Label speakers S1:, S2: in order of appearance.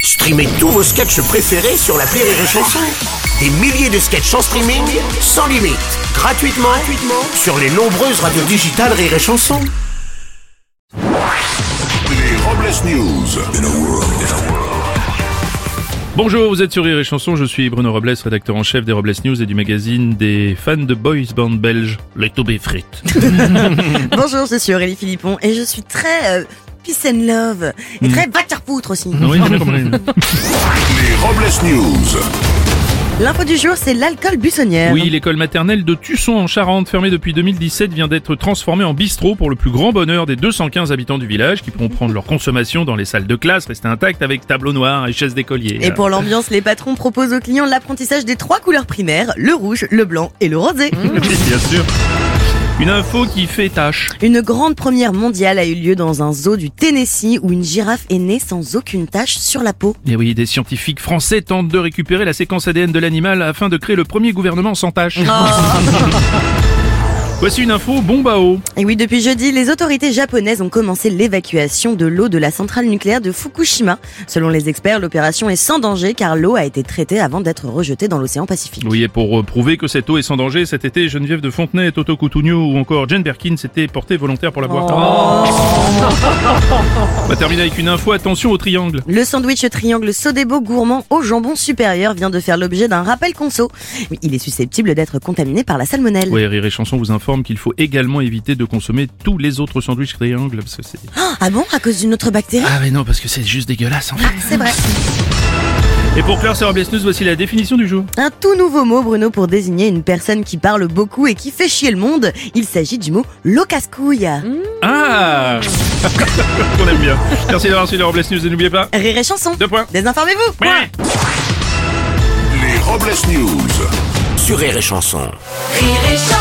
S1: Streamez tous vos sketchs préférés sur la Rire et Chanson. Des milliers de sketchs en streaming, sans limite, gratuitement, gratuitement sur les nombreuses radios digitales Rire et Chanson.
S2: Les Robles News. In a world.
S3: Bonjour, vous êtes sur Rire et Chanson, je suis Bruno Robles, rédacteur en chef des Robles News et du magazine des fans de boys band belge, les Tobé Frites.
S4: Bonjour, je suis Aurélie Philippon et je suis très euh, peace and love et très bacarpoutre aussi.
S3: Mm. Ah Oui, j'ai bien compris.
S2: Les Robles News.
S4: L'info du jour, c'est l'alcool buissonnière.
S3: Oui, l'école maternelle de Tusson en Charente, fermée depuis 2017, vient d'être transformée en bistrot pour le plus grand bonheur des 215 habitants du village qui pourront prendre leur consommation dans les salles de classe restées intactes avec tableau noir et chaises d'écolier.
S4: Et pour l'ambiance, les patrons proposent aux clients l'apprentissage des trois couleurs primaires, le rouge, le blanc et le rosé.
S3: Ah Bien sûr. Une info qui fait tâche.
S4: Une grande première mondiale a eu lieu dans un zoo du Tennessee où une girafe est née sans aucune tache sur la peau.
S3: Et oui, des scientifiques français tentent de récupérer la séquence ADN de l'animal afin de créer le premier gouvernement sans tâche. Oh. Voici une info bombe à eau.
S4: Et oui, depuis jeudi, les autorités japonaises ont commencé l'évacuation de l'eau de la centrale nucléaire de Fukushima. Selon les experts, l'opération est sans danger car l'eau a été traitée avant d'être rejetée dans l'océan Pacifique.
S3: Oui, et pour euh, prouver que cette eau est sans danger, cet été, Geneviève de Fontenay, Toto Coutugno ou encore Jane Birkin s'étaient portés volontaires pour la boire. On va terminer avec une info, attention au triangle.
S4: Le sandwich triangle Sodebo gourmand au jambon supérieur vient de faire l'objet d'un rappel conso. Oui, Il est susceptible d'être contaminé par la salmonelle.
S3: Oui, Rire et Chanson vous informe qu'il faut également éviter de consommer tous les autres sandwichs triangles, parce que c'est...
S4: Ah, Ah bon À cause d'une autre bactérie
S3: Ah mais non, parce que c'est juste dégueulasse en
S4: Ah, c'est vrai.
S3: Et pour Claire Robles News, voici la définition du jour.
S4: Un tout nouveau mot, Bruno, pour désigner une personne qui parle beaucoup et qui fait chier le monde. Il s'agit du mot locascouille.
S3: Ah On aime bien. Merci d'avoir suivi les Robles News et n'oubliez pas...
S4: Rire et chanson.
S3: Deux points.
S4: Désinformez-vous.
S2: Les Robles News.
S1: Sur Rire et Chanson.
S5: Rire et chanson.